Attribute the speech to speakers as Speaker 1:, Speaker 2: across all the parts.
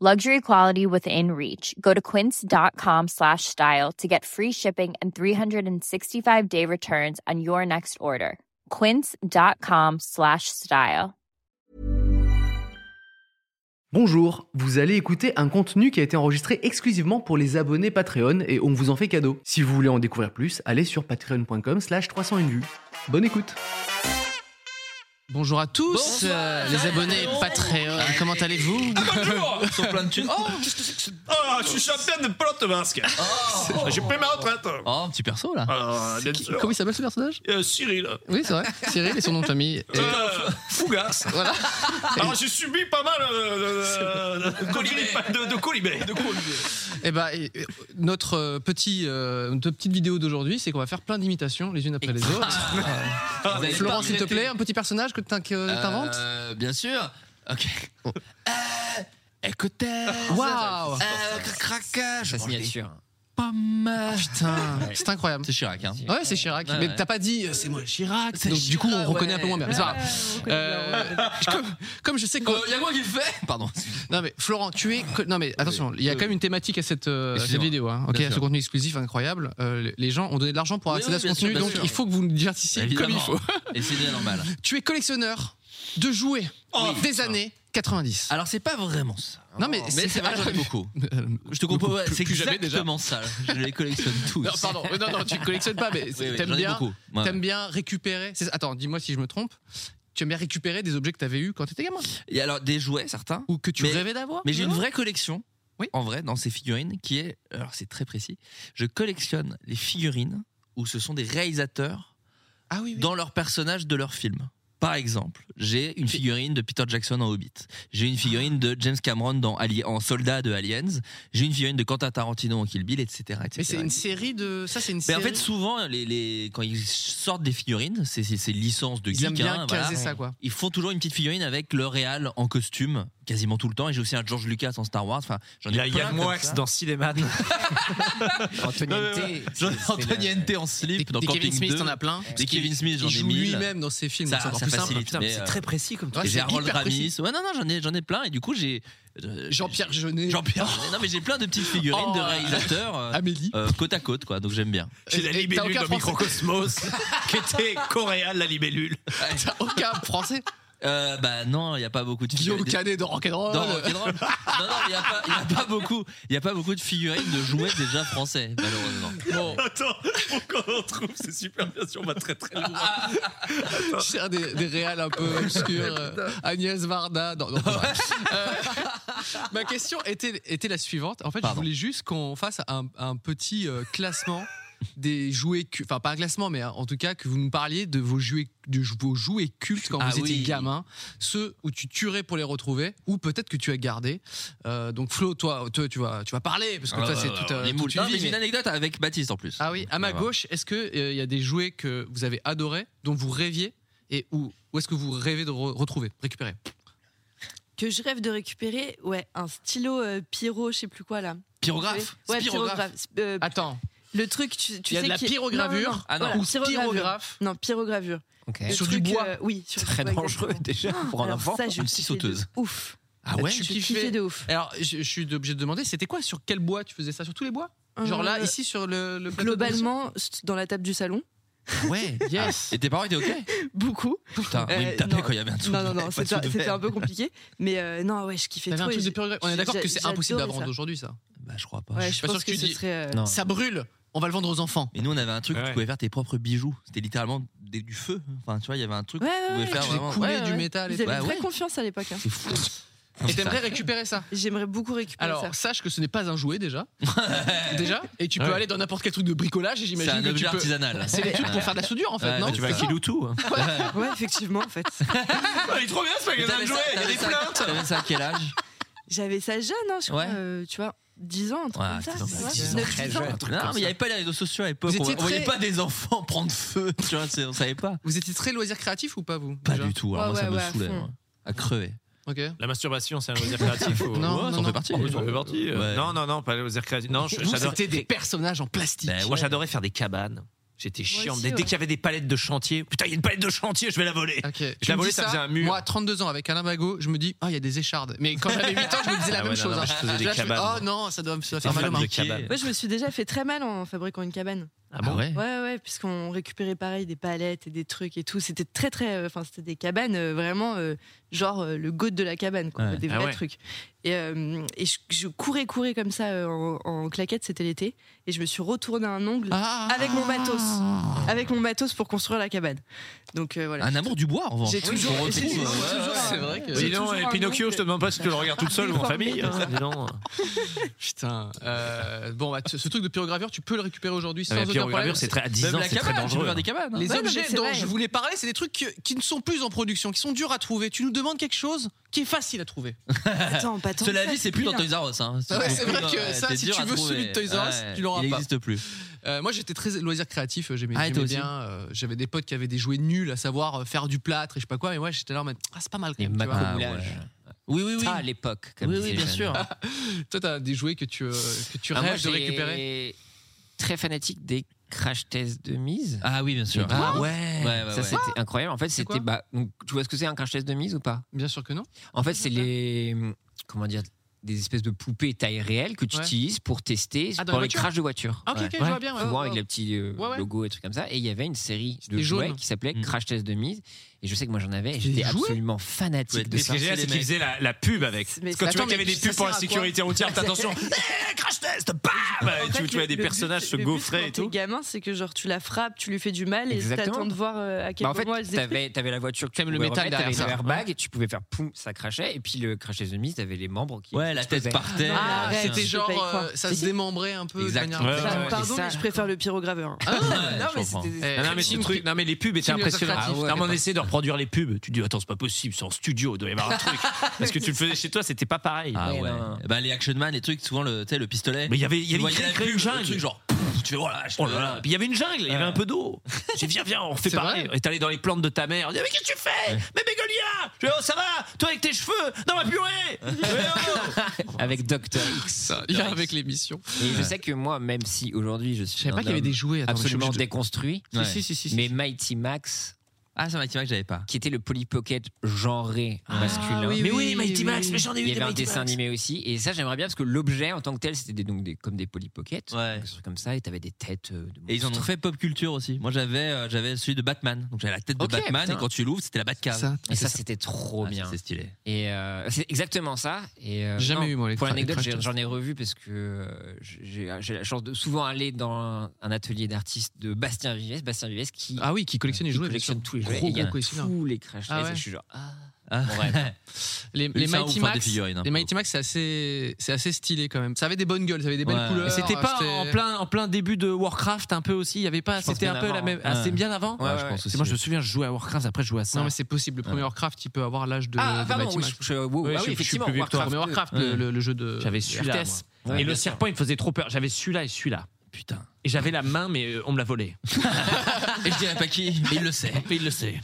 Speaker 1: Luxury quality within reach. Go to quince.com slash style to get free shipping and 365 day returns on your next order. Quince.com slash style.
Speaker 2: Bonjour, vous allez écouter un contenu qui a été enregistré exclusivement pour les abonnés Patreon et on vous en fait cadeau. Si vous voulez en découvrir plus, allez sur patreon.com slash 301 vues. Bonne écoute
Speaker 3: Bonjour à tous,
Speaker 4: Bonsoir.
Speaker 3: euh, les abonnés Patreon, comment allez-vous Ah
Speaker 4: Bonjour Sur plein de thunes. Oh, qu'est-ce que c'est que ce...
Speaker 5: Ah, je suis champion de plante basque. Ah, J'ai pris ma retraite.
Speaker 4: Oh, un petit perso, là.
Speaker 5: Ah, bien
Speaker 3: Qui-
Speaker 5: sûr.
Speaker 3: Comment il s'appelle ce personnage
Speaker 5: Euh, Cyril.
Speaker 3: Oui, c'est vrai, Cyril et son nom de famille. Et-
Speaker 5: Euh, Fougas.
Speaker 3: Voilà.
Speaker 5: Alors j'ai subi pas mal euh, de, Ah. de, de, de, de colibets.
Speaker 3: Et bah, et- et notre euh, petit, euh, notre petite vidéo d'aujourd'hui, c'est qu'on va faire plein d'imitations les unes après les autres.
Speaker 4: Ah. Vous allez
Speaker 3: Florence,
Speaker 4: pas
Speaker 3: s'il te
Speaker 4: regretter.
Speaker 3: plaît, un petit personnage que t'in- que t'inventes
Speaker 4: Euh, Bien sûr. Ok. Euh, Écoutez.
Speaker 3: Waouh
Speaker 4: Euh, cra- craquage.
Speaker 6: Sa
Speaker 4: Bon, je l'ai
Speaker 6: signature.
Speaker 4: Pas mal.
Speaker 3: Ah, Putain, c'est incroyable.
Speaker 4: C'est Chirac, hein.
Speaker 3: Ouais, c'est Chirac,
Speaker 4: Ouais,
Speaker 3: mais
Speaker 4: ouais.
Speaker 3: t'as pas dit euh, c'est moi Chirac.
Speaker 4: C'est
Speaker 3: Donc du coup, on
Speaker 4: Chirac,
Speaker 3: reconnaît un
Speaker 4: ouais.
Speaker 3: peu moins bien. Mais c'est pas grave. Euh, comme, comme je sais que
Speaker 4: Y'a quoi qui le fait Pardon.
Speaker 3: Non mais Florent, tu es. co- Non mais attention, il y a quand même une thématique à cette, euh, à cette
Speaker 4: Excusez-moi.
Speaker 3: vidéo, hein, ok,
Speaker 4: Bien
Speaker 3: à ce
Speaker 4: sûr.
Speaker 3: contenu exclusif incroyable. Euh, les gens ont donné de l'argent pour
Speaker 4: Oui,
Speaker 3: accéder
Speaker 4: oui,
Speaker 3: à ce
Speaker 4: bien sûr,
Speaker 3: contenu,
Speaker 4: bien
Speaker 3: donc
Speaker 4: sûr.
Speaker 3: il faut que vous nous divertissiez comme il
Speaker 4: Évidemment.
Speaker 3: faut.
Speaker 4: Et c'est bien normal.
Speaker 3: Tu es collectionneur de jouets
Speaker 4: Oh,
Speaker 3: des
Speaker 4: putain.
Speaker 3: années 90.
Speaker 4: Alors, c'est pas vraiment ça.
Speaker 3: Non, mais c'est-
Speaker 4: c'est c'est vrai, j'en ai beaucoup.
Speaker 3: Euh,
Speaker 4: Je te comprends, ouais,
Speaker 3: plus-
Speaker 4: c'est
Speaker 3: plus jamais, déjà.
Speaker 4: exactement ça. Je les collectionne tous.
Speaker 3: Non, pardon, non, non, tu collectionnes pas, mais
Speaker 4: Oui, oui,
Speaker 3: t'aimes
Speaker 4: j'en ai
Speaker 3: bien,
Speaker 4: beaucoup. Ouais.
Speaker 3: t'aimes bien récupérer. c'est- Attends, dis-moi si je me trompe. Tu aimes bien récupérer des objets que t'avais eu quand t'étais gamin
Speaker 4: Et alors, des jouets, certains.
Speaker 3: ou que tu
Speaker 4: Mais-
Speaker 3: rêvais d'avoir.
Speaker 4: Mais j'ai une
Speaker 3: non
Speaker 4: vraie collection.
Speaker 3: Oui.
Speaker 4: En vrai, dans ces figurines, qui est. Alors, c'est très précis. Je collectionne les figurines où ce sont des réalisateurs
Speaker 3: Ah oui. oui.
Speaker 4: dans leurs personnages de leurs films. Par exemple, j'ai une figurine de Peter Jackson en Hobbit. J'ai une figurine de James Cameron dans Ali- en Soldat de Aliens. J'ai une figurine de Quentin Tarantino en Kill Bill, etc. etc.
Speaker 3: mais c'est une série de. Ça, c'est une
Speaker 4: Mais
Speaker 3: série.
Speaker 4: en fait, souvent, les, les- quand ils sortent des figurines, c'est c'est- c'est licence de
Speaker 3: ils
Speaker 4: geek,
Speaker 3: aiment bien
Speaker 4: hein, voilà.
Speaker 3: caser ça, quoi.
Speaker 4: Ils font toujours une petite figurine avec le réal en costume, quasiment tout le temps. Et j'ai aussi un George Lucas en Star Wars. Enfin, j'en ai
Speaker 5: Il y a
Speaker 4: plein
Speaker 5: Yann
Speaker 4: comme
Speaker 5: Moix
Speaker 4: ça.
Speaker 5: dans Cinéman.
Speaker 6: Antoniente. c'est- c'est la-
Speaker 4: Antoniente en slip
Speaker 3: Des-
Speaker 4: dans
Speaker 3: des
Speaker 4: Camping
Speaker 3: Kevin Smith,
Speaker 4: 2.
Speaker 3: t'en as plein.
Speaker 4: Des Kevin Smith, j'en
Speaker 3: Il
Speaker 4: ai
Speaker 3: joue
Speaker 4: mille.
Speaker 3: lui-même dans ses films,
Speaker 4: Ça-
Speaker 3: donc c'est encore
Speaker 4: ça
Speaker 3: plus simple.
Speaker 4: facilite.
Speaker 6: Putain, mais
Speaker 4: Mais,
Speaker 6: c'est
Speaker 4: euh,
Speaker 6: très précis comme
Speaker 3: Ouais,
Speaker 6: truc.
Speaker 4: Et
Speaker 3: c'est
Speaker 4: J'ai Harold
Speaker 3: hyper
Speaker 4: Ramis. Ouais, non, non, j'en ai, j'en ai plein. Et du coup, j'ai. euh,
Speaker 3: Jean-Pierre Jeunet,
Speaker 4: Jean-Pierre. Non, mais j'ai plein de petites figurines
Speaker 3: Oh.
Speaker 4: de réalisateurs euh,
Speaker 3: Amélie.
Speaker 4: euh, côte à côte, quoi. Donc j'aime bien.
Speaker 5: J'ai la
Speaker 3: Et- et t'as
Speaker 5: libellule
Speaker 3: aucun
Speaker 5: dans
Speaker 3: français.
Speaker 5: Microcosmos, qui était coréale, la libellule.
Speaker 3: T'as aucun français.
Speaker 4: Euh, bah non, il n'y a pas beaucoup de
Speaker 3: Guillaume
Speaker 4: figurines.
Speaker 3: Canet dans Rock'n'Roll.
Speaker 4: Non, c'est drôle. non, non, il n'y a, pas- il y a pas beaucoup, il y a pas beaucoup de figurines de jouets déjà français, malheureusement.
Speaker 3: Bon,
Speaker 5: Attends, pourquoi on en trouve C'est super bien sûr, on va très très loin.
Speaker 3: cher des, des réals un peu obscurs. euh, Agnès Varda. Non, non, pas vrai. Euh, ma question était, était la suivante. En fait, je
Speaker 4: Pardon.
Speaker 3: voulais juste qu'on fasse un, un petit euh, classement des jouets, cu- enfin pas un classement, mais euh, en tout cas que vous nous parliez de vos jouets, de vos jouets cultes quand
Speaker 4: Ah
Speaker 3: vous étiez
Speaker 4: oui.
Speaker 3: gamin, ceux où tu tuerais pour les retrouver, ou peut-être que tu as gardé. Euh, donc Flo, toi, toi, tu vas, tu vas parler parce que
Speaker 4: Ah
Speaker 3: toi,
Speaker 4: bah,
Speaker 3: c'est tout. euh,
Speaker 4: les moules. Non, mais j'ai une anecdote avec Baptiste en plus.
Speaker 3: Ah oui, à ma
Speaker 4: Voilà.
Speaker 3: gauche, est-ce que euh, il y a des jouets que vous avez adorés, dont vous rêviez et où, où est-ce que vous rêvez de re- retrouver, récupérer
Speaker 7: que je rêve de récupérer, ouais, un stylo euh, Pierrot, je sais plus quoi là.
Speaker 4: Pyrographe.
Speaker 7: ouais,
Speaker 4: Spirographe.
Speaker 7: Euh,
Speaker 3: Attends,
Speaker 7: le truc, tu,
Speaker 3: il
Speaker 7: tu
Speaker 3: y a
Speaker 7: sais
Speaker 3: de la
Speaker 7: qui-
Speaker 3: pyrogravure
Speaker 7: Non, non, non.
Speaker 4: Ah non,
Speaker 7: Voilà,
Speaker 3: ou
Speaker 7: pyrogravure.
Speaker 3: styrographe.
Speaker 7: Non, pyrogravure.
Speaker 6: Ok.
Speaker 7: Le
Speaker 3: Sur du bois.
Speaker 7: euh, oui, sur
Speaker 6: Très
Speaker 7: du bois,
Speaker 6: dangereux
Speaker 7: exactement.
Speaker 6: déjà pour un
Speaker 7: Alors
Speaker 6: enfant.
Speaker 7: ça, je
Speaker 4: une
Speaker 7: kiffais
Speaker 4: sauteuse.
Speaker 7: de Ouf.
Speaker 3: Ah
Speaker 7: je
Speaker 3: tu
Speaker 7: kiffais
Speaker 3: kiffais
Speaker 7: de ouf.
Speaker 3: Alors, je, je suis obligé de demander, c'était quoi Sur quel bois tu faisais ça Sur tous les bois Genre là,
Speaker 7: Euh,
Speaker 3: ici, sur le, le plateau de-
Speaker 7: Globalement, c'est dans la table du salon,
Speaker 4: Ouais.
Speaker 3: Yes.
Speaker 4: Et tes parents étaient OK
Speaker 7: beaucoup.
Speaker 4: Putain, oui,
Speaker 7: Euh,
Speaker 4: il me tapait
Speaker 7: non.
Speaker 4: quand il y avait un truc.
Speaker 7: Non, non, non, c'était un- c'était un peu compliqué. Mais euh, non, ouais, je kiffais
Speaker 3: T'avais un
Speaker 7: trop. et
Speaker 3: truc de
Speaker 7: j'ai-
Speaker 3: pyrogravure. On est d'accord
Speaker 7: j'ai-
Speaker 3: que c'est impossible à
Speaker 7: j'adorais
Speaker 3: vendre
Speaker 7: ça.
Speaker 3: aujourd'hui, ça.
Speaker 4: Bah, je crois pas.
Speaker 7: Ouais,
Speaker 3: Je suis
Speaker 7: je
Speaker 3: pas
Speaker 7: pense
Speaker 3: sûr que
Speaker 7: que,
Speaker 3: tu
Speaker 7: ce
Speaker 3: dis-
Speaker 7: serait. euh,
Speaker 6: Non.
Speaker 3: Ça brûle. On va le vendre aux enfants.
Speaker 4: Mais nous, on avait un truc où tu
Speaker 5: Ouais.
Speaker 4: pouvais faire tes propres bijoux. C'était littéralement des- du feu. Enfin, tu vois, il y avait un truc
Speaker 7: Ouais,
Speaker 4: où tu
Speaker 7: ouais,
Speaker 4: pouvais
Speaker 7: ouais,
Speaker 4: faire
Speaker 3: Tu faisais
Speaker 4: vraiment.
Speaker 3: couler
Speaker 7: Ouais,
Speaker 3: du
Speaker 7: ouais.
Speaker 3: métal. Et,
Speaker 7: Ils
Speaker 3: tout.
Speaker 7: avaient
Speaker 4: Bah
Speaker 7: très
Speaker 4: ouais.
Speaker 7: confiance à l'époque. hein.
Speaker 4: C'est fou.
Speaker 3: Et t'aimerais récupérer ça
Speaker 7: J'aimerais beaucoup récupérer ça.
Speaker 3: Alors, sache que ce n'est pas un jouet déjà. déjà. Et tu peux
Speaker 5: Ouais.
Speaker 3: aller dans n'importe quel truc de bricolage et
Speaker 4: C'est
Speaker 3: j'imagine
Speaker 4: un
Speaker 3: que tu
Speaker 4: objet
Speaker 3: peux.
Speaker 4: artisanal.
Speaker 3: C'est des trucs
Speaker 4: Ouais.
Speaker 3: pour faire de la soudure en fait,
Speaker 4: Ouais,
Speaker 3: non
Speaker 4: tu
Speaker 5: vas à
Speaker 3: C'est ça
Speaker 5: Kiloutou. hein.
Speaker 7: Ouais, effectivement, en fait.
Speaker 5: Il est trop bien ce magasin de
Speaker 4: T'avais
Speaker 5: jouets,
Speaker 4: ça-
Speaker 5: il y a des
Speaker 4: t'avais ça-
Speaker 5: plaintes.
Speaker 4: T'avais ça à quel âge
Speaker 7: J'avais ça jeune, hein, je crois.
Speaker 4: Ouais.
Speaker 7: euh, tu vois, 10 ans, un truc
Speaker 4: Ouais,
Speaker 7: comme ça.
Speaker 4: c'était dans
Speaker 7: tu
Speaker 4: les
Speaker 7: vois,
Speaker 4: 10 ans.
Speaker 7: 9,
Speaker 6: Très
Speaker 7: 10 ans.
Speaker 6: jeune.
Speaker 4: Non, mais il n'y avait pas les réseaux sociaux à l'époque.
Speaker 3: Vous
Speaker 4: On
Speaker 3: étiez
Speaker 4: ne voyait
Speaker 3: très-
Speaker 4: pas des enfants prendre feu. Tu vois, c'est- on savait pas.
Speaker 3: Vous étiez très loisir créatif ou pas, vous
Speaker 4: Pas
Speaker 3: déjà
Speaker 4: du tout. Alors
Speaker 7: Ouais,
Speaker 4: moi,
Speaker 7: ouais,
Speaker 4: ça me
Speaker 7: ouais,
Speaker 4: saoulait.
Speaker 7: à fond.
Speaker 4: moi. À crever.
Speaker 3: Ok.
Speaker 5: La masturbation, c'est un loisir créatif ou...
Speaker 3: Non,
Speaker 4: Ouais, ça
Speaker 3: non,
Speaker 4: en
Speaker 3: non.
Speaker 4: fait partie.
Speaker 5: Oh, oui, ça fait partie, euh.
Speaker 4: Ouais.
Speaker 5: Non, non, non, pas le loisir créatif. Non, je-
Speaker 3: Vous,
Speaker 5: j'adore.
Speaker 3: c'était des personnages en plastique.
Speaker 4: Ben
Speaker 5: Moi,
Speaker 4: ouais.
Speaker 5: j'adorais faire des cabanes. J'étais chiant.
Speaker 7: aussi,
Speaker 5: Dès dès
Speaker 7: ouais.
Speaker 5: qu'il y avait des palettes de chantier, putain, il y a une palette de chantier, je vais la voler.
Speaker 3: Ok. Tu
Speaker 5: la
Speaker 3: me
Speaker 5: volais,
Speaker 3: dis
Speaker 5: ça faisait un mur.
Speaker 3: Moi, à 32 ans, avec Alain Bagot, je me dis, ah, il y a des échardes. Mais quand j'avais 8 ans, je me disais la
Speaker 5: Ah
Speaker 3: même
Speaker 5: ouais, non,
Speaker 3: chose.
Speaker 5: non,
Speaker 3: hein.
Speaker 5: je faisais des
Speaker 3: Là, je fais,
Speaker 5: cabanes.
Speaker 3: oh non, ça doit, ça doit
Speaker 5: Des
Speaker 3: faire mal aux
Speaker 5: fans
Speaker 3: mains.
Speaker 5: de cabane.
Speaker 7: Moi, je me suis déjà fait très mal en fabriquant une cabane.
Speaker 5: Ah
Speaker 4: Ah
Speaker 5: bon
Speaker 4: ouais.
Speaker 7: Ouais, ouais, puisqu'on récupérait pareil des palettes et des trucs et tout. C'était très, très. euh, Enfin, c'était des cabanes euh, vraiment, euh, genre euh, le goat de la cabane, quoi,
Speaker 4: Ouais.
Speaker 7: des
Speaker 5: Ah
Speaker 7: vrais
Speaker 5: ouais.
Speaker 7: trucs. Et, euh, et je, je courais, courais comme ça euh, en, en claquette, c'était l'été. Et je me suis retourné un ongle
Speaker 3: Ah.
Speaker 7: avec mon matos. Avec mon matos pour construire la cabane. Donc euh, voilà.
Speaker 4: Un amour du bois, en revanche.
Speaker 7: J'ai
Speaker 4: qu'on
Speaker 7: toujours-
Speaker 4: retrouve,
Speaker 7: j'ai- j'ai
Speaker 4: euh,
Speaker 7: toujours-
Speaker 4: ouais.
Speaker 7: toujours-
Speaker 3: c'est vrai que-
Speaker 7: j'ai
Speaker 5: Dis donc,
Speaker 7: toujours
Speaker 5: eh,
Speaker 7: un
Speaker 5: Pinocchio,
Speaker 7: ongle.
Speaker 5: je te demande pas si tu le regardes toute seule
Speaker 6: Ah,
Speaker 5: ou en
Speaker 7: Déformé,
Speaker 5: famille.
Speaker 7: comme ça.
Speaker 5: Dis donc.
Speaker 3: Putain. euh, bon, bah, ce ce truc de pyrogravure, tu peux le récupérer aujourd'hui sans
Speaker 5: Ah, Mais la
Speaker 3: aucun problème.
Speaker 5: pyrogravure, c'est très à 10
Speaker 4: Même
Speaker 5: ans,
Speaker 4: la
Speaker 5: c'est très
Speaker 4: cabane, je
Speaker 5: dangereux.
Speaker 4: faire des cabanes. hein.
Speaker 3: Les
Speaker 7: Ouais, non, mais
Speaker 3: objets
Speaker 7: c'est
Speaker 3: dont
Speaker 7: vrai.
Speaker 3: je voulais parler, c'est des trucs que- qui ne sont plus en production, qui sont durs à trouver. Tu nous demandes quelque chose qui est facile à trouver.
Speaker 7: Attends, pas tant
Speaker 4: Cela
Speaker 7: que ça,
Speaker 4: dit, c'est plus dans Toys R Us. hein.
Speaker 3: Ouais, c'est
Speaker 4: beaucoup
Speaker 3: vrai
Speaker 4: dans-
Speaker 3: que
Speaker 4: ouais,
Speaker 3: ça,
Speaker 4: c'est
Speaker 3: si
Speaker 4: dur
Speaker 3: tu
Speaker 4: à
Speaker 3: veux
Speaker 4: trouver.
Speaker 3: celui de Toys R Us,
Speaker 4: Ouais,
Speaker 3: tu l'auras
Speaker 4: Il
Speaker 3: pas.
Speaker 4: n'existe plus.
Speaker 3: Euh, moi, j'étais très loisir créatif. euh, J'aimais
Speaker 4: Ah,
Speaker 3: j'aimais
Speaker 4: toi aussi.
Speaker 3: bien. euh, J'avais des potes qui avaient des jouets nuls, à savoir euh, faire du plâtre et je sais pas quoi. Mais moi, j'étais là en mode Ah, c'est pas mal quand
Speaker 6: Les
Speaker 3: même. tu vois.
Speaker 4: Ah,
Speaker 6: Moulage.
Speaker 4: ouais. Oui, oui, oui.
Speaker 6: Ça, à l'époque, comme
Speaker 4: Oui, oui,
Speaker 6: disait
Speaker 4: bien
Speaker 6: Jeanne.
Speaker 4: sûr.
Speaker 3: Toi, t'as des jouets que tu, euh, que tu
Speaker 6: Ah, moi,
Speaker 3: rêves de
Speaker 6: j'ai-
Speaker 3: récupérer
Speaker 6: Très fanatique des crash tests de mise.
Speaker 4: Ah oui, bien sûr.
Speaker 6: Ah
Speaker 4: ouais. ouais,
Speaker 6: ça,
Speaker 4: ouais.
Speaker 6: c'était incroyable. En fait,
Speaker 3: quoi
Speaker 6: c'était. Bah, donc, tu vois ce que c'est un crash test de mise ou pas
Speaker 3: Bien sûr que non.
Speaker 6: En fait, c'est les. Comment dire Des espèces de poupées taille réelle que tu
Speaker 3: Ouais.
Speaker 6: utilises pour tester
Speaker 3: Ah, dans
Speaker 6: pour
Speaker 3: les
Speaker 6: les
Speaker 3: voitures
Speaker 6: crashs de voiture.
Speaker 3: Ah, ok,
Speaker 6: Ouais.
Speaker 3: ok, je vois bien.
Speaker 6: Tu
Speaker 3: ouais,
Speaker 6: vois,
Speaker 3: ouais,
Speaker 6: avec les petits euh,
Speaker 3: Ouais, ouais.
Speaker 6: logos et trucs comme ça. Et il y avait une série de
Speaker 3: Des
Speaker 6: jouets
Speaker 3: jaunes.
Speaker 6: qui s'appelait
Speaker 4: Mm.
Speaker 6: Crash Test de mise. Et je sais que moi j'en avais. et
Speaker 3: Des
Speaker 6: J'étais
Speaker 3: jouets
Speaker 6: absolument
Speaker 4: Ouais,
Speaker 6: fanatique de
Speaker 4: des
Speaker 5: Mais ce
Speaker 6: ça.
Speaker 5: qui
Speaker 4: Défarcer
Speaker 5: est génial,
Speaker 4: les
Speaker 5: c'est qu'ils
Speaker 4: mecs.
Speaker 5: faisaient la, la pub avec.
Speaker 7: Mais
Speaker 5: Quand tu vois
Speaker 3: attends,
Speaker 5: qu'il y
Speaker 3: mais
Speaker 5: avait des
Speaker 3: ça
Speaker 5: pubs pour la
Speaker 3: sert à
Speaker 5: sécurité routière, fais attention. Eh, crash test, bam Et
Speaker 7: En fait,
Speaker 5: tu, tu vois
Speaker 7: le-
Speaker 5: des
Speaker 7: le but-
Speaker 5: personnages se
Speaker 7: le but
Speaker 5: gaufrer
Speaker 7: quand
Speaker 5: et tout.
Speaker 7: T'es gamin, c'est que genre tu la frappes, tu lui fais du mal et
Speaker 6: Exactement.
Speaker 7: t'attends de voir euh, à quel
Speaker 6: Bah, en fait,
Speaker 7: moment elle se
Speaker 6: t'avais, t'avais la voiture que tu
Speaker 3: T'aimes le
Speaker 6: pouvais
Speaker 3: métal
Speaker 6: remettre,
Speaker 3: derrière
Speaker 6: t'avais
Speaker 3: ça.
Speaker 6: le airbag, et tu pouvais faire poum, ça crachait, et puis le crash test de mise, t'avais les membres qui.
Speaker 4: Ouais, la tête
Speaker 6: explosaient.
Speaker 4: par terre.
Speaker 7: Ah,
Speaker 4: machin.
Speaker 7: arrête.
Speaker 3: C'était
Speaker 7: Je
Speaker 3: genre,
Speaker 7: peux pas y croire.
Speaker 3: euh, ça
Speaker 7: Si,
Speaker 3: se
Speaker 7: si.
Speaker 3: démembrait un peu. de
Speaker 4: Exact.
Speaker 3: manière-
Speaker 5: Ouais,
Speaker 7: Bah,
Speaker 5: ouais, ouais.
Speaker 7: Pardon,
Speaker 6: ça,
Speaker 7: mais je préfère le hein. pyrograveur.
Speaker 3: Ah,
Speaker 4: Ouais,
Speaker 6: Non,
Speaker 4: je
Speaker 6: mais
Speaker 4: comprends.
Speaker 6: c'était.
Speaker 3: Eh,
Speaker 5: Non, non, mais ce
Speaker 3: Team
Speaker 5: truc, non, mais les pubs étaient
Speaker 3: Team Loisir
Speaker 5: impressionnantes.
Speaker 3: Créatif.
Speaker 5: Ah ouais, non, mais on essayait de reproduire les pubs. Tu te dis, attends, c'est pas possible, c'est en studio, il doit y avoir un truc. Parce que tu le faisais chez toi, c'était pas pareil.
Speaker 4: Ah
Speaker 6: Ouais,
Speaker 4: ouais.
Speaker 6: non.
Speaker 4: Bah, les Action Man, les trucs, souvent le, tu sais, le pistolet.
Speaker 5: Mais il y avait, il y
Speaker 4: Tu
Speaker 5: avait
Speaker 4: voyais
Speaker 5: créé,
Speaker 4: la
Speaker 5: créé
Speaker 4: pub,
Speaker 5: une
Speaker 4: le
Speaker 5: jungle.
Speaker 4: truc genre, tu fais, oh là là, je te-
Speaker 5: Oh là là. Puis il y avait une jungle, il y avait un peu d'eau. J'ai dit, viens, viens, on fait
Speaker 3: C'est
Speaker 5: pareil.
Speaker 3: vrai.
Speaker 5: Et t'allais dans les plantes de ta mère. On dit, mais qu'est-ce que tu fais Mais Bégolia Je dis, oh, ça va Toi avec tes cheveux Dans ma purée Mais oh
Speaker 6: Avec Docteur X.
Speaker 3: Ça, il y a avec l'émission.
Speaker 6: Et je sais que moi, même si aujourd'hui je suis.
Speaker 3: Je savais
Speaker 6: un
Speaker 3: pas qu'il y avait
Speaker 6: homme
Speaker 3: des jouets. attends, mais je-
Speaker 6: Absolument
Speaker 3: je-
Speaker 6: déconstruit.
Speaker 4: Ouais.
Speaker 3: Si, si, si, si.
Speaker 6: Mais Mighty Max,
Speaker 4: Ah, ça m'a dit que j'avais pas.
Speaker 6: qui était le Polly Pocket genré
Speaker 3: Ah,
Speaker 6: masculin.
Speaker 3: oui,
Speaker 5: Mais oui, Mighty Max, mais j'en ai
Speaker 6: Il
Speaker 5: eu
Speaker 6: y avait
Speaker 5: des
Speaker 6: un
Speaker 5: Mighty
Speaker 6: dessin
Speaker 5: Max.
Speaker 6: animé aussi, et ça j'aimerais bien parce que l'objet en tant que tel c'était des, donc des, comme des Polly Pocket,
Speaker 4: Ouais.
Speaker 6: des trucs comme ça, et t'avais des têtes euh, de
Speaker 4: Et ils en ont
Speaker 6: monstres.
Speaker 4: fait pop culture aussi. Moi, j'avais euh, j'avais celui de Batman. Donc, j'avais la tête de
Speaker 6: Ok,
Speaker 4: Batman
Speaker 6: putain.
Speaker 4: et quand tu l'ouvres, c'était la Batcave.
Speaker 3: Ça,
Speaker 6: Et ça c'était trop
Speaker 4: Ah, ça,
Speaker 6: bien.
Speaker 4: C'est stylé.
Speaker 6: Et euh, c'est exactement ça. Et euh,
Speaker 3: J'ai jamais
Speaker 6: non,
Speaker 3: eu, moi, les
Speaker 6: Pour
Speaker 3: tra-
Speaker 6: l'anecdote,
Speaker 3: les
Speaker 6: j'ai-
Speaker 3: trash
Speaker 6: j'en ai revu parce que euh, j'ai j'ai la chance de souvent aller dans un, un atelier d'artiste de Bastien Vives. Bastien Vives qui,
Speaker 3: Ah oui, qui collectionne les
Speaker 6: qui
Speaker 3: jouets. bien sûr.
Speaker 6: collectionne tous les
Speaker 3: Gros,
Speaker 6: jouets. Et Il y a
Speaker 3: gros collectionneur.
Speaker 6: tous les crash
Speaker 3: Ah
Speaker 6: tests, et
Speaker 3: ouais.
Speaker 6: Je suis genre, ah,
Speaker 4: Ah.
Speaker 6: Bon, bref.
Speaker 3: Les,
Speaker 4: Mais
Speaker 3: les
Speaker 4: ça, on vous
Speaker 3: Mighty
Speaker 4: fera des
Speaker 3: Max,
Speaker 4: figurines, hein,
Speaker 3: les
Speaker 4: pour
Speaker 3: Mighty Max, c'est assez, c'est assez stylé quand même. Ça avait des bonnes gueules, ça avait des belles
Speaker 4: Ouais.
Speaker 3: couleurs.
Speaker 4: Mais
Speaker 5: C'était pas
Speaker 3: c'était-
Speaker 5: en plein, en plein début de Warcraft un peu aussi. Il y avait pas.
Speaker 6: Je pense
Speaker 5: C'était un
Speaker 6: bien
Speaker 5: peu la
Speaker 6: avant.
Speaker 5: même. Ah,
Speaker 4: Ouais.
Speaker 5: c'était bien avant.
Speaker 6: Ouais,
Speaker 4: Ah,
Speaker 6: ouais,
Speaker 4: je
Speaker 6: ouais.
Speaker 4: pense
Speaker 5: C'est
Speaker 4: aussi.
Speaker 5: moi, je me souviens, je jouais à Warcraft. Après, je jouais à ça.
Speaker 3: Non mais c'est possible. Le premier Warcraft, il peut avoir l'âge de,
Speaker 6: Ah,
Speaker 3: de
Speaker 6: pardon,
Speaker 3: Mighty
Speaker 6: oui,
Speaker 3: Max.
Speaker 6: je- je-
Speaker 5: Oui,
Speaker 6: wow, ah
Speaker 5: je- je
Speaker 6: oui,
Speaker 5: suis
Speaker 6: effectivement,
Speaker 5: plus vieux que toi,
Speaker 3: Le premier Warcraft, le, le- le jeu de
Speaker 5: J'avais celui-là,
Speaker 3: RTS.
Speaker 5: moi.
Speaker 6: Ouais,
Speaker 5: et le
Speaker 6: bien sûr.
Speaker 5: serpent, il me faisait trop peur. J'avais celui-là et celui-là.
Speaker 4: Putain.
Speaker 5: Et j'avais la main, mais euh, on me l'a volé.
Speaker 4: Et je dirais pas qui, mais il le sait.
Speaker 5: Et il le sait.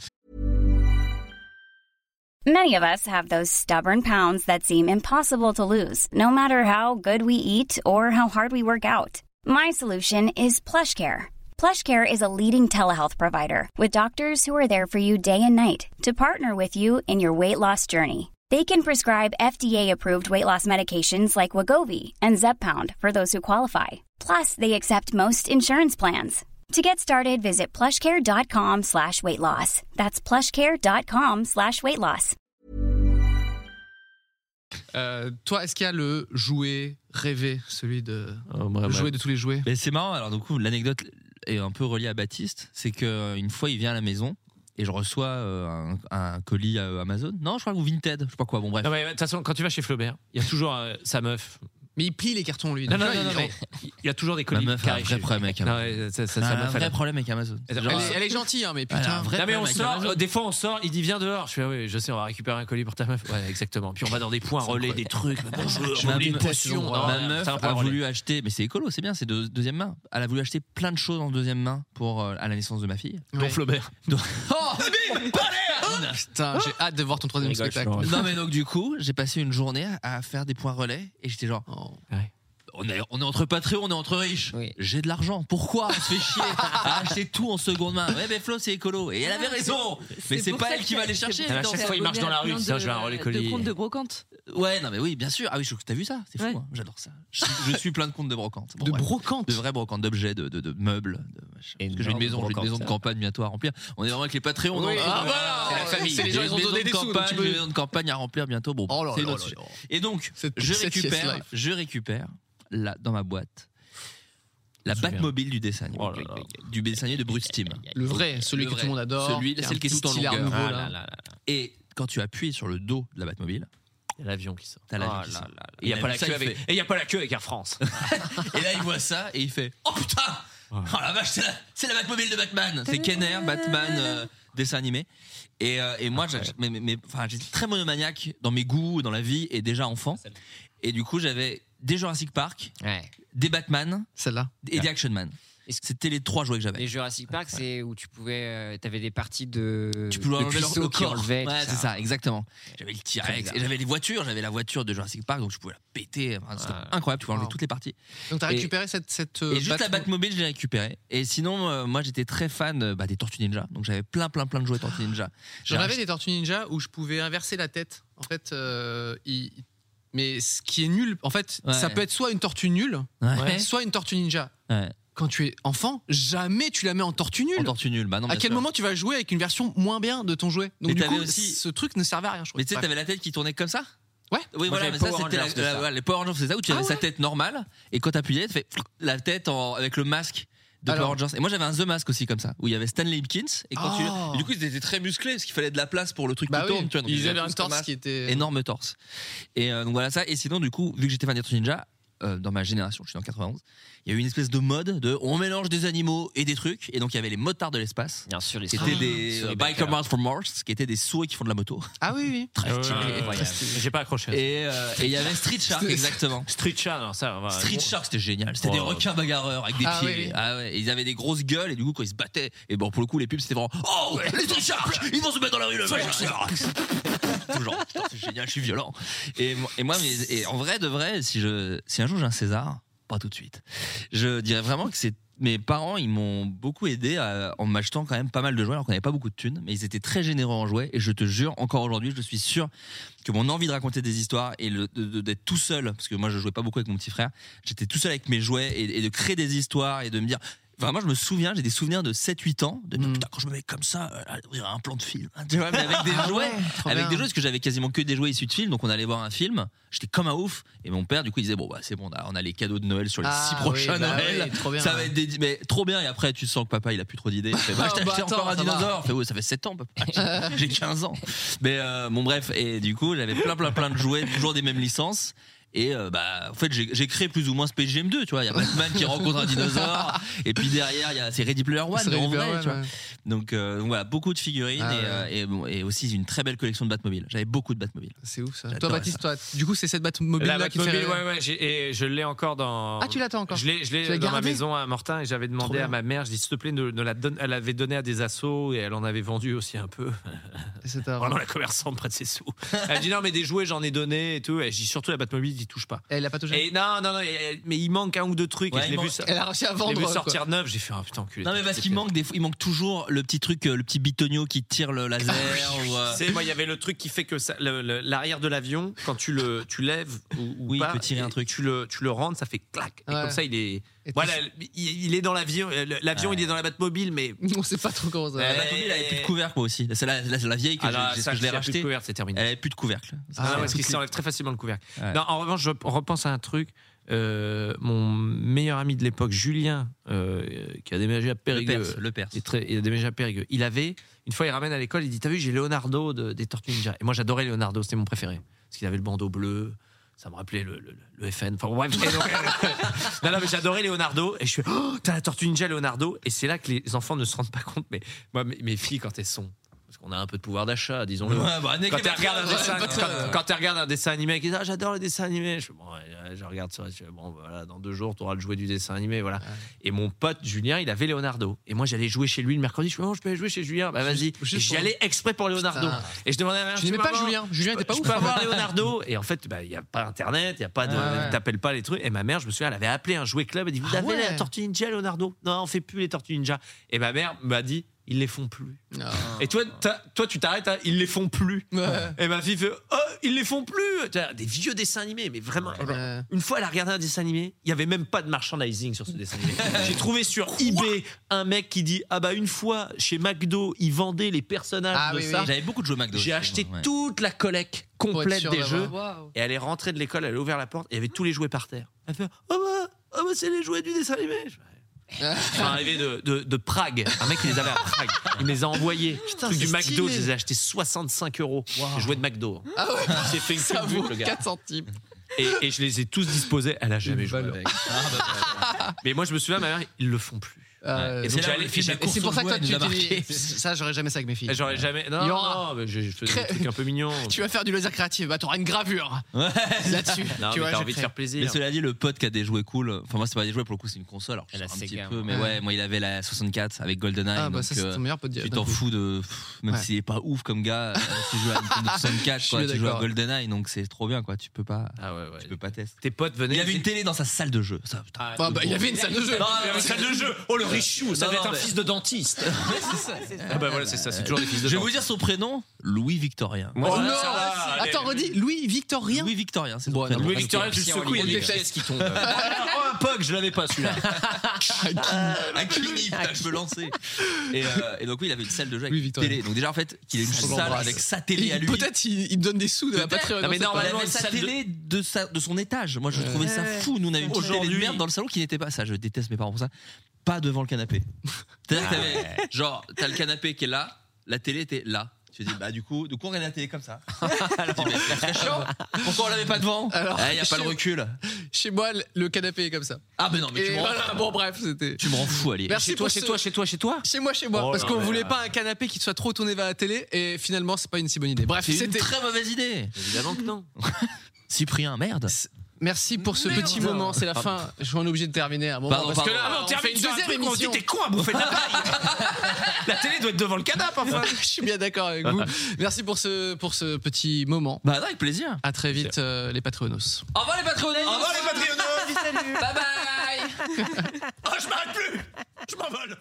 Speaker 8: Many of us have those stubborn pounds that seem impossible to lose, no matter how good we eat or how hard we work out. My solution is PlushCare. PlushCare is a leading telehealth provider with doctors who are there for you day and night to partner with you in your weight loss journey. They can prescribe FDA-approved weight loss medications like Wagovi and Zepbound for those who qualify. Plus, they accept most insurance plans. To get started, visit plushcare.com slash weight loss. That's plushcare.com slash weight loss.
Speaker 3: Euh, toi, est-ce qu'il y a le jouet rêvé, celui de
Speaker 4: Oh,
Speaker 3: le
Speaker 5: Le
Speaker 3: jouet
Speaker 5: jouet
Speaker 3: de tous les jouets
Speaker 4: Mais c'est marrant. Alors, du coup, l'anecdote est un peu reliée à Baptiste. C'est qu'une fois, il vient à la maison et je reçois euh, un, un colis
Speaker 5: Ah
Speaker 4: euh, Amazon. Non, je crois que vous Vinted. Je sais pas quoi. Bon, bref.
Speaker 5: Non, mais de toute façon, quand tu vas chez Flaubert, il y a toujours euh, sa meuf.
Speaker 3: Mais il plie les cartons, lui.
Speaker 5: Non,
Speaker 3: Donc
Speaker 5: non,
Speaker 3: là,
Speaker 5: non,
Speaker 3: il-
Speaker 5: non, mais il y a toujours des
Speaker 4: Ma
Speaker 5: colis
Speaker 4: meuf a un
Speaker 5: carrés
Speaker 4: vrai
Speaker 5: chez-
Speaker 4: problème avec
Speaker 5: Non,
Speaker 4: Amazon.
Speaker 5: ouais, ça, ça,
Speaker 4: Elle
Speaker 5: ça
Speaker 4: a
Speaker 5: m'a
Speaker 4: un
Speaker 5: fait
Speaker 4: vrai
Speaker 5: la-
Speaker 4: problème avec Amazon.
Speaker 5: Elle a un
Speaker 4: Genre,
Speaker 5: vrai
Speaker 3: Elle, est, elle est gentille, hein, mais
Speaker 4: elle a
Speaker 3: putain.
Speaker 4: un vrai
Speaker 5: Non mais
Speaker 4: problème
Speaker 5: on
Speaker 4: avec
Speaker 5: sort,
Speaker 4: Amazon.
Speaker 5: euh, des fois on sort, il dit viens dehors. Je fais ah oui, je sais, on va récupérer un colis pour ta meuf. Ouais, exactement. Puis on va dans des points relais, des trucs. Bonjour,
Speaker 4: Ma
Speaker 5: j'ai oublié une
Speaker 4: meuf-
Speaker 5: potion. Non,
Speaker 4: Ma
Speaker 5: ouais,
Speaker 4: meuf
Speaker 5: c'est un point
Speaker 4: a
Speaker 5: relais.
Speaker 4: voulu acheter, mais c'est écolo, c'est bien, c'est de- deuxième main. Elle a voulu acheter plein de choses en deuxième main pour euh, à la naissance de ma fille.
Speaker 3: Ouais.
Speaker 4: Flaubert.
Speaker 3: Oh,
Speaker 4: Oh.
Speaker 3: Putain, j'ai hâte de voir ton troisième
Speaker 5: Rigole,
Speaker 3: spectacle.
Speaker 5: Florent.
Speaker 4: non mais donc du coup, j'ai passé une journée à faire des points relais et j'étais genre,
Speaker 3: Oh.
Speaker 4: on est, on est entre patriotes, on est entre riches.
Speaker 5: Oui.
Speaker 4: J'ai de l'argent. Pourquoi on se fait chier à acheter tout en seconde main Ouais, mais Flo, c'est écolo. Et elle avait raison. Mais c'est
Speaker 7: pour
Speaker 4: pas
Speaker 7: ça
Speaker 4: elle qui va
Speaker 7: que-
Speaker 4: les
Speaker 7: c'est pour
Speaker 4: chercher.
Speaker 7: ça
Speaker 5: À
Speaker 7: que
Speaker 5: chaque
Speaker 7: c'est
Speaker 5: fois, il marche
Speaker 7: abonné
Speaker 5: dans la
Speaker 7: à
Speaker 5: rue,
Speaker 7: plein
Speaker 5: ça,
Speaker 7: de-
Speaker 5: je vais avoir les colis.
Speaker 7: De comptes de brocante.
Speaker 4: Ouais, non, mais oui, bien sûr. Ah oui, je- t'as vu ça C'est fou,
Speaker 7: Ouais.
Speaker 4: hein. j'adore ça. Je, je suis plein de comptes de brocante. Bon,
Speaker 3: De
Speaker 4: bref.
Speaker 3: brocante.
Speaker 4: De vraies brocantes, d'objets, de, de- de meubles. de machin. Parce que j'ai une
Speaker 5: Énorme
Speaker 4: maison, j'ai une
Speaker 5: brocante,
Speaker 4: maison de
Speaker 5: ça.
Speaker 4: campagne bientôt à remplir. On est vraiment avec les patrons.
Speaker 3: Oui. Ah, voilà,
Speaker 4: c'est la
Speaker 3: ouais.
Speaker 4: famille.
Speaker 3: C'est les gens, ils
Speaker 4: J'ai une
Speaker 3: ont
Speaker 4: maison
Speaker 3: donné
Speaker 4: de
Speaker 3: des sous, donc
Speaker 4: campagne,
Speaker 3: tu peux-
Speaker 4: j'ai une maison de campagne à remplir bientôt. Bon,
Speaker 3: Oh là
Speaker 4: c'est
Speaker 3: là
Speaker 4: notre
Speaker 3: là
Speaker 4: sujet.
Speaker 3: là.
Speaker 4: Et donc,
Speaker 3: Cette-
Speaker 4: je
Speaker 3: cette yes
Speaker 4: récupère,
Speaker 3: life.
Speaker 4: je récupère là dans ma boîte la
Speaker 5: Je me souviens.
Speaker 4: Batmobile du dessin animé,
Speaker 5: Oh là là.
Speaker 4: du dessin animé de Bruce Timm.
Speaker 3: Le vrai, celui
Speaker 4: Le
Speaker 3: que
Speaker 4: vrai.
Speaker 3: tout le monde adore.
Speaker 4: Celui-
Speaker 3: Il y a
Speaker 4: celle
Speaker 3: un
Speaker 4: qui est
Speaker 3: petit
Speaker 4: tout en
Speaker 3: style art
Speaker 4: longueur.
Speaker 3: nouveau,
Speaker 5: Ah
Speaker 3: là.
Speaker 5: là là là.
Speaker 4: Et quand tu appuies sur le dos de la Batmobile,
Speaker 5: Il y a l'avion qui sort.
Speaker 4: T'as l'avion
Speaker 5: Ah
Speaker 4: qui
Speaker 5: là
Speaker 4: sort.
Speaker 5: là là. Et il y a
Speaker 4: Il
Speaker 5: pas
Speaker 4: a
Speaker 5: la
Speaker 4: ça,
Speaker 5: queue
Speaker 4: il
Speaker 5: avec.
Speaker 4: fait.
Speaker 5: Et il y a pas la queue avec Air France.
Speaker 4: et là il voit ça et il fait oh putain, oh la vache c'est la, c'est la Batmobile de Batman, c'est Kenner Batman euh, dessin animé. Et, euh, et moi j'ai- mais- mais- mais, enfin, j'étais très monomaniaque dans mes goûts, dans la vie et déjà enfant. Et du coup j'avais des Jurassic Park,
Speaker 5: Ouais.
Speaker 4: des Batman
Speaker 3: Celle-là.
Speaker 4: et des Action Man.
Speaker 5: Est-ce que-
Speaker 4: C'était les trois jouets que j'avais.
Speaker 5: Les Jurassic Park, c'est où tu pouvais, euh, t'avais des parties de.
Speaker 4: Tu pouvais
Speaker 5: de
Speaker 4: enlever leur-
Speaker 5: cuisseaux
Speaker 4: le
Speaker 5: qui
Speaker 4: corps.
Speaker 5: enlevaient, tout
Speaker 4: ouais, c'est ça, exactement. J'avais le
Speaker 5: Très
Speaker 4: T-Rex
Speaker 5: bizarre.
Speaker 4: et j'avais les voitures, j'avais la voiture de Jurassic Park donc je pouvais la péter. Enfin, c'était
Speaker 5: Ouais.
Speaker 4: incroyable, tu pouvais enlever
Speaker 3: Wow.
Speaker 4: toutes les parties.
Speaker 3: Donc t'as
Speaker 4: Et-
Speaker 3: récupéré cette. cette euh,
Speaker 4: Et juste la Batmobile, je l'ai récupérée. Et sinon, euh, moi, j'étais très fan euh, bah, des Tortues Ninja. Donc, j'avais plein, plein, plein de jouets Tortues Ninja. J'ai
Speaker 3: J'en avais
Speaker 4: racheté-
Speaker 3: des Tortues Ninja où je pouvais inverser la tête. En fait, euh, il- mais ce qui est nul, en fait,
Speaker 4: Ouais.
Speaker 3: ça peut être soit une tortue nulle,
Speaker 4: Ouais.
Speaker 3: soit une tortue ninja.
Speaker 4: Ouais.
Speaker 3: Quand tu es enfant, jamais tu la mets en tortue nulle.
Speaker 4: En Tortue Nulle, bah non,
Speaker 3: à
Speaker 4: bien
Speaker 3: quel
Speaker 4: sûr.
Speaker 3: moment tu vas jouer avec une version moins bien de ton jouet
Speaker 4: Mais
Speaker 3: Donc du
Speaker 4: t'avais
Speaker 3: coup,
Speaker 4: aussi-
Speaker 3: ce truc ne servait à rien. Je
Speaker 4: Mais tu sais,
Speaker 3: crois.
Speaker 4: t'avais la tête qui tournait comme ça
Speaker 3: Ouais.
Speaker 4: Oui,
Speaker 5: Moi,
Speaker 4: voilà,
Speaker 5: j'avais
Speaker 4: mais ça,
Speaker 5: Power
Speaker 4: c'était la-
Speaker 5: Rangers,
Speaker 4: la-
Speaker 5: ça.
Speaker 4: ouais, les Power Rangers, c'est ça où tu avais
Speaker 3: Ah
Speaker 4: sa
Speaker 3: ouais
Speaker 4: tête normale. Et quand t'appuyais, tu fais la tête en- avec le masque. De
Speaker 3: Alors-
Speaker 4: Power Rangers. Et moi j'avais un The Mask aussi comme ça, où il y avait Stanley Hipkins. Et quand tu-
Speaker 3: Oh.
Speaker 4: et du coup ils étaient très musclés parce qu'il fallait de la place pour le truc
Speaker 3: Bah
Speaker 4: qui
Speaker 3: oui,
Speaker 4: tourne. tu vois, donc
Speaker 3: ils avaient un
Speaker 4: tous ce
Speaker 3: torse
Speaker 4: masque.
Speaker 3: qui était.
Speaker 4: énorme torse. Et euh, donc voilà ça. Et sinon, du coup, vu que j'étais fan des Tortues Ninja, euh, dans ma génération, je suis né en 91, il y a eu une espèce de mode de on mélange des animaux et des trucs. Et donc il y avait les motards de l'espace.
Speaker 5: Bien sûr, les
Speaker 4: Qui
Speaker 5: souris.
Speaker 4: étaient des
Speaker 5: Souris
Speaker 4: euh,
Speaker 5: Baker.
Speaker 4: Biker Mars from Mars, qui étaient des souris qui font de la moto.
Speaker 3: Ah oui, oui.
Speaker 4: Très
Speaker 5: Ouais,
Speaker 4: stylé.
Speaker 5: ouais, ouais, ouais. J'ai pas accroché. à ça.
Speaker 4: Et euh, et il y avait Street Shark, exactement.
Speaker 5: Street Chat, non, ça. on va-
Speaker 4: Street Shark, c'était génial. C'était
Speaker 5: Ouais.
Speaker 4: des requins bagarreurs avec des
Speaker 3: Ah
Speaker 4: pieds.
Speaker 3: oui.
Speaker 4: Ah ouais. Ils avaient des grosses gueules et du coup, quand ils se battaient, et bon, pour le coup, les pubs, c'était vraiment Oh, les Street Sharks, ils vont se mettre dans la rue, le machin. Tout genre, putain, c'est génial, je suis violent. Et, mo- et moi, mais, et en vrai, de vrai, si, je, si un jour j'ai un César, pas tout de suite, je dirais vraiment que c'est. Mes parents, ils m'ont beaucoup aidé à- en m'achetant quand même pas mal de jouets, alors qu'on n'avait pas beaucoup de thunes, mais ils étaient très généreux en jouets. Et je te jure, encore aujourd'hui, je suis sûr que mon envie de raconter des histoires et le- de- de- d'être tout seul, parce que moi je jouais pas beaucoup avec mon petit frère, j'étais tout seul avec mes jouets et, et de créer des histoires et de me dire. Vraiment, je me souviens, j'ai des souvenirs de 7-8 ans, de me dire,
Speaker 3: Mm.
Speaker 4: putain, quand je me mets comme ça, euh, on dirait un plan de film. hein, Tu vois, mais avec
Speaker 3: Ah
Speaker 4: des jouets, avec des jouets, parce que j'avais quasiment que des jouets issus de films, donc on allait voir un film, j'étais comme un ouf, et mon père, du coup, il disait, bon, bah, c'est bon, on a, on a les cadeaux de Noël sur les 6
Speaker 3: Ah
Speaker 4: prochains
Speaker 3: oui, bah
Speaker 4: Noël.
Speaker 3: oui, trop bien,
Speaker 4: ça va
Speaker 3: ouais.
Speaker 4: être des, mais trop bien, et après, tu sens que papa, il a plus trop d'idées. Il fait, Bah, je t'ai
Speaker 3: Ah, bah,
Speaker 4: acheté
Speaker 3: attends,
Speaker 4: encore un
Speaker 3: ça va.
Speaker 4: dinosaure. Il fait, ouais, ça fait 7 ans, papa. J'ai- J'ai 15 ans. Mais euh, bon, bref, et du coup, j'avais plein, plein, plein de jouets, toujours des mêmes licences. Et euh, bah, en fait, j'ai j'ai créé plus ou moins ce PGM 2, tu vois. Il y a Batman qui rencontre un dinosaure, et puis derrière, il y a c'est Ready Player One,
Speaker 3: C'est
Speaker 4: mais en
Speaker 3: Ready
Speaker 4: vrai,
Speaker 3: Player
Speaker 4: tu vois.
Speaker 3: One, ouais.
Speaker 4: Donc, euh, donc voilà, beaucoup de figurines
Speaker 3: Ah
Speaker 4: et,
Speaker 3: ouais.
Speaker 4: euh, et bon, et aussi une très belle collection de Batmobile. J'avais beaucoup de Batmobile.
Speaker 3: C'est ouf ça. Toi,
Speaker 4: J'adorais
Speaker 3: Baptiste, toi, du coup, c'est cette Batmobile
Speaker 5: La
Speaker 3: là qui te fait
Speaker 5: Batmobile,
Speaker 3: rêver.
Speaker 5: ouais, ouais, j'ai- et je l'ai encore dans.
Speaker 3: Ah, tu l'attends encore
Speaker 5: Je l'ai, je l'ai
Speaker 3: Tu l'as
Speaker 5: dans ma
Speaker 3: gardé
Speaker 5: maison à Mortain et j'avais
Speaker 3: Trop
Speaker 5: demandé
Speaker 3: bien.
Speaker 5: à ma mère, je dis s'il te plaît, ne, ne la donne. Elle avait donné à des assos et elle en avait vendu aussi un peu.
Speaker 3: Et c'est ta-
Speaker 5: Vraiment la commerçante près de ses sous. Elle dit non mais des jouets j'en ai donné et tout. Et je dis surtout la Batmobile, il touche pas.
Speaker 3: Elle a pas touché.
Speaker 5: Et non non non, et- mais il manque un ou deux trucs.
Speaker 4: Hein Ouais,
Speaker 5: et je
Speaker 4: il
Speaker 5: l'ai vu,
Speaker 4: manque-
Speaker 5: ça-
Speaker 3: Elle a réussi à
Speaker 5: je l'ai
Speaker 3: vendre.
Speaker 5: vu
Speaker 3: quoi.
Speaker 5: sortir neuf, j'ai fait un putain enculé.
Speaker 4: Non mais parce qu'il manque des, il manque toujours le petit truc, euh, le petit bitonio qui tire le laser.
Speaker 3: Ah
Speaker 4: ou, euh,
Speaker 5: C'est moi, il y avait le truc qui fait que ça- le- le- l'arrière de l'avion, quand tu le tu lèves ou, ou
Speaker 4: Oui, il
Speaker 5: pas,
Speaker 4: peut tirer un
Speaker 5: et
Speaker 4: truc.
Speaker 5: Tu le tu le rentres, ça fait clac. Et
Speaker 3: Ouais.
Speaker 5: comme ça, il est
Speaker 3: Et
Speaker 5: voilà, il, il est dans l'avion, euh, le- l'avion
Speaker 4: Ouais.
Speaker 5: il est dans la Batmobile, mais
Speaker 3: tu- On sait pas trop comment ça.
Speaker 4: Euh, La
Speaker 5: Ouais.
Speaker 3: va.
Speaker 4: Batmobile elle avait plus de couvercle moi aussi. C'est la, la- la vieille que,
Speaker 5: alors
Speaker 4: j'ai- j'ai-
Speaker 5: ça,
Speaker 4: que Ah,
Speaker 5: c'est
Speaker 4: je l'ai
Speaker 5: Ah, la plus
Speaker 4: rachetée.
Speaker 5: couverte, c'est terminé.
Speaker 4: Elle avait plus de couvercle.
Speaker 5: Ah,
Speaker 3: Ah,
Speaker 5: parce
Speaker 3: ouais.
Speaker 5: qu'il s'enlève très facilement le couvercle.
Speaker 4: Ouais.
Speaker 5: Non, en revanche, je repense à un truc. euh, mon meilleur ami de l'époque, Julien, euh, qui a déménagé à
Speaker 4: Le
Speaker 5: Périgueux,
Speaker 4: Perse, le Perse.
Speaker 5: Il est très- il a déménagé à Périgueux. Il avait, une fois, il ramène à l'école, il dit T'as vu, j'ai Leonardo de- des Tortues Ninja. Et moi, j'adorais Leonardo, c'était mon préféré. Parce qu'il avait le bandeau bleu, ça me rappelait le, le- le FN. Enfin bref. Et donc, euh, non, non, mais j'adorais Leonardo. Et je suis, oh, t'as la tortue ninja Leonardo. Et c'est là que les enfants ne se rendent pas compte. Mais moi, mes, mes filles, quand elles sont. Parce qu'on a un peu de pouvoir d'achat, disons-le.
Speaker 4: Ouais, bah, nique
Speaker 5: quand
Speaker 4: les
Speaker 5: elles regardent un
Speaker 4: patrons,
Speaker 5: dessin,
Speaker 4: ouais,
Speaker 3: euh,
Speaker 5: quand- quand elles regardent un dessin animé, elles disent Ah, j'adore le dessin animé. Je, fais, bon, ouais, je regarde ça. Je fais, bon, voilà, dans deux jours, tu auras le jouet du dessin animé. Voilà. Et mon pote Julien, il avait Leonardo. Et moi, j'allais jouer chez lui le mercredi. Je fais, oh, je peux aller jouer chez Julien. Bah, vas-y.
Speaker 3: juste
Speaker 5: Et
Speaker 3: pour-
Speaker 5: J'y allais exprès pour Leonardo.
Speaker 3: Putain.
Speaker 5: Et je demandais à ma mère,
Speaker 3: Tu n'aimais
Speaker 5: fais,
Speaker 3: pas
Speaker 5: maman,
Speaker 3: Julien Julien était pas
Speaker 5: je
Speaker 3: ouf
Speaker 5: peux avoir Leonardo et en fait bah, il n'y a pas internet il y a pas de
Speaker 3: Ah ouais.
Speaker 5: t'appelles pas les trucs et ma mère je me souviens elle avait appelé un jouet club et dit vous
Speaker 3: Ah
Speaker 5: avez
Speaker 3: ouais.
Speaker 5: la tortue ninja Leonardo non on fait plus les tortues ninja et ma mère m'a dit ils les font plus
Speaker 3: Ah.
Speaker 5: et toi t'as- toi tu t'arrêtes à, ils les font plus
Speaker 3: Ouais.
Speaker 5: et ma fille fait oh ils les font plus T'as des vieux dessins animés mais vraiment genre,
Speaker 3: Ouais.
Speaker 5: une fois, elle a regardé un dessin animé. Il n'y avait même pas de merchandising sur ce dessin animé. J'ai trouvé sur eBay un mec qui dit Ah, bah, une fois, chez McDo, ils vendaient les personnages
Speaker 3: Ah
Speaker 5: de
Speaker 3: oui,
Speaker 5: ça.
Speaker 3: oui.
Speaker 4: J'avais beaucoup de jeux McDo.
Speaker 5: J'ai acheté
Speaker 4: excuse-moi, ouais.
Speaker 5: toute la collecte
Speaker 3: Pour être
Speaker 5: complète
Speaker 3: sûr
Speaker 5: des
Speaker 3: d'avoir.
Speaker 5: jeux.
Speaker 7: Waouh.
Speaker 5: Et elle est rentrée de l'école, elle a ouvert la porte, et il y avait tous les jouets par terre. Elle fait Oh bah, oh bah, c'est les jouets du dessin animé Je fais, Ouais. Ils sont arrivés de, de, de Prague. Un mec, il les avait à Prague. Il me les a envoyés. Truc
Speaker 3: c'est
Speaker 5: du McDo,
Speaker 3: stylé.
Speaker 5: je les ai achetés 65 euros. Les jouets de McDo.
Speaker 3: Ah ouais,
Speaker 5: J'ai fait une
Speaker 3: ça
Speaker 5: pub
Speaker 3: vaut
Speaker 5: le gars.
Speaker 3: 4 centimes.
Speaker 5: Et, et je les ai tous disposés. Elle a jamais
Speaker 2: Une
Speaker 5: joué
Speaker 2: balle.
Speaker 5: avec. Mais moi, je me souviens, ma mère, ils le font plus.
Speaker 3: Euh,
Speaker 5: Et
Speaker 3: donc
Speaker 5: c'est là
Speaker 3: j'allais-
Speaker 5: où le
Speaker 3: et
Speaker 5: film
Speaker 3: c'est
Speaker 5: La course
Speaker 3: c'est pour
Speaker 5: aux
Speaker 3: ça que
Speaker 5: jouets
Speaker 3: toi tu
Speaker 5: nous a marqué.
Speaker 3: t'es- Ça, j'aurais jamais ça avec mes filles.
Speaker 5: J'aurais jamais. Non,
Speaker 3: Il y aura.
Speaker 5: non, mais je, je faisais
Speaker 3: Cré-
Speaker 5: des trucs un peu mignons.
Speaker 3: Tu vas faire du laser créatif, bah t'auras une gravure là-dessus.
Speaker 5: Non,
Speaker 3: tu
Speaker 5: mais
Speaker 3: vois,
Speaker 5: t'as
Speaker 3: j'ai
Speaker 5: envie de
Speaker 3: créé.
Speaker 5: faire plaisir.
Speaker 4: Mais cela dit, le pote qui a des jouets cool, enfin moi c'est pas des jouets pour le coup, c'est une console. Alors, je
Speaker 6: Elle a
Speaker 4: sors un petit
Speaker 6: Sega,
Speaker 4: peu,
Speaker 6: moi.
Speaker 4: mais ouais. moi il avait la 64 avec GoldenEye.
Speaker 3: Ah bah
Speaker 4: donc,
Speaker 3: ça c'est
Speaker 4: euh,
Speaker 3: ton meilleur pote.
Speaker 4: tu
Speaker 3: d'un
Speaker 4: t'en
Speaker 3: coup.
Speaker 4: fous de. pff, même
Speaker 3: Ouais.
Speaker 4: s'il est pas ouf comme gars, euh, tu joues à Nintendo 64,
Speaker 3: Je
Speaker 4: quoi,
Speaker 3: suis
Speaker 4: tu joues à
Speaker 3: d'accord.
Speaker 4: GoldenEye, donc c'est trop bien quoi. Tu peux pas,
Speaker 5: Ah ouais, ouais.
Speaker 4: tu peux pas tester.
Speaker 5: Tes potes venaient.
Speaker 4: Il y avait une télé dans sa salle de jeu. Ça, putain.
Speaker 5: Ah,
Speaker 3: Ah bah il y avait une salle de jeu.
Speaker 5: Non, mais une salle de jeu. Oh le richou, ça
Speaker 4: Non,
Speaker 5: devait
Speaker 4: non,
Speaker 5: être un
Speaker 4: mais-
Speaker 5: fils de dentiste. Ah bah voilà, c'est ça, c'est toujours des fils de
Speaker 4: Je vais vous
Speaker 5: dentiste.
Speaker 4: dire son prénom, Louis Victorien.
Speaker 5: Moi,
Speaker 3: Oh
Speaker 5: ça
Speaker 3: non
Speaker 5: va, allez.
Speaker 3: Attends, redis, Louis Victorien.
Speaker 4: Louis Victorien, c'est son
Speaker 3: Bon,
Speaker 4: prénom. Ah,
Speaker 5: Louis Victoria, tu le secoues, il y a des
Speaker 3: Olympique.
Speaker 5: pièces qui tombent. Oh, un pug, je l'avais pas celui-là. Ah,
Speaker 4: Un clinique, putain, je peux lancer. Et, euh, et donc oui, il avait une salle de jeu avec
Speaker 3: Louis
Speaker 4: une
Speaker 3: Victorien.
Speaker 4: télé. Donc déjà en fait, qu'il ait une
Speaker 3: On
Speaker 4: salle
Speaker 3: l'embrasse.
Speaker 4: avec sa
Speaker 3: Et
Speaker 4: télé à lui.
Speaker 3: Peut-être il, il me donne des sous de la
Speaker 4: Peut-être.
Speaker 3: Patreon.
Speaker 5: Non, mais
Speaker 3: on sait pas.
Speaker 4: Il
Speaker 5: normalement,
Speaker 4: avait
Speaker 5: une
Speaker 4: sa
Speaker 5: salle de-
Speaker 4: télé de, sa- de son étage. Moi, je
Speaker 3: Ouais.
Speaker 4: trouvais ça fou. Nous, on avait une petite télé de
Speaker 5: Aujourd'hui-
Speaker 4: merde dans le salon qui n'était pas ça. Je déteste mes parents pour ça. Pas devant le canapé. C'est-à-dire que t'avais- genre, t'as le canapé qui est là, la télé était là. Tu te dis, bah du coup, du coup, on regarde la télé comme ça. Alors, tu dis, mais c'est très chiant. Pourquoi on l'avait pas devant Il
Speaker 3: Alors,
Speaker 4: n'y a pas le
Speaker 3: chez-
Speaker 4: recul.
Speaker 3: Chez moi, le- le canapé est comme ça.
Speaker 4: Ah, mais non, mais
Speaker 3: Et
Speaker 4: tu me rends-
Speaker 3: voilà, bon bref, c'était.
Speaker 4: tu me rends fou, Ali.
Speaker 3: Merci
Speaker 5: Chez toi,
Speaker 3: pour
Speaker 5: chez
Speaker 3: ce-
Speaker 5: toi, chez toi, chez toi.
Speaker 3: Chez moi, chez moi,
Speaker 5: Oh
Speaker 3: parce
Speaker 5: là
Speaker 3: qu'on
Speaker 5: là
Speaker 3: voulait
Speaker 5: là.
Speaker 3: pas un canapé qui soit trop tourné vers la télé, et finalement, c'est pas une si bonne idée. Bref,
Speaker 4: C'est une
Speaker 3: c'était.
Speaker 4: très mauvaise idée.
Speaker 5: Évidemment que non.
Speaker 4: Cyprien, merde.
Speaker 3: Merci pour ce
Speaker 5: Merde.
Speaker 3: petit moment, c'est la fin. Je suis en obligé de terminer à un moment.
Speaker 4: Pardon,
Speaker 3: parce
Speaker 4: pardon.
Speaker 3: que là,
Speaker 5: Ah,
Speaker 3: Bah, on,
Speaker 5: on termine
Speaker 3: fait une deuxième
Speaker 5: On dit
Speaker 3: émission.
Speaker 5: t'es con à bouffer de la paille. La télé doit être devant le canapé, enfin.
Speaker 3: Je suis bien d'accord avec vous. Merci pour ce, pour ce petit moment.
Speaker 4: Bah, non, avec plaisir.
Speaker 3: À très vite, euh, les Patreonos.
Speaker 1: Au revoir les patrons.
Speaker 5: Au revoir les patriotes.
Speaker 1: Bye bye.
Speaker 5: Oh, je m'arrête plus. Je m'envole.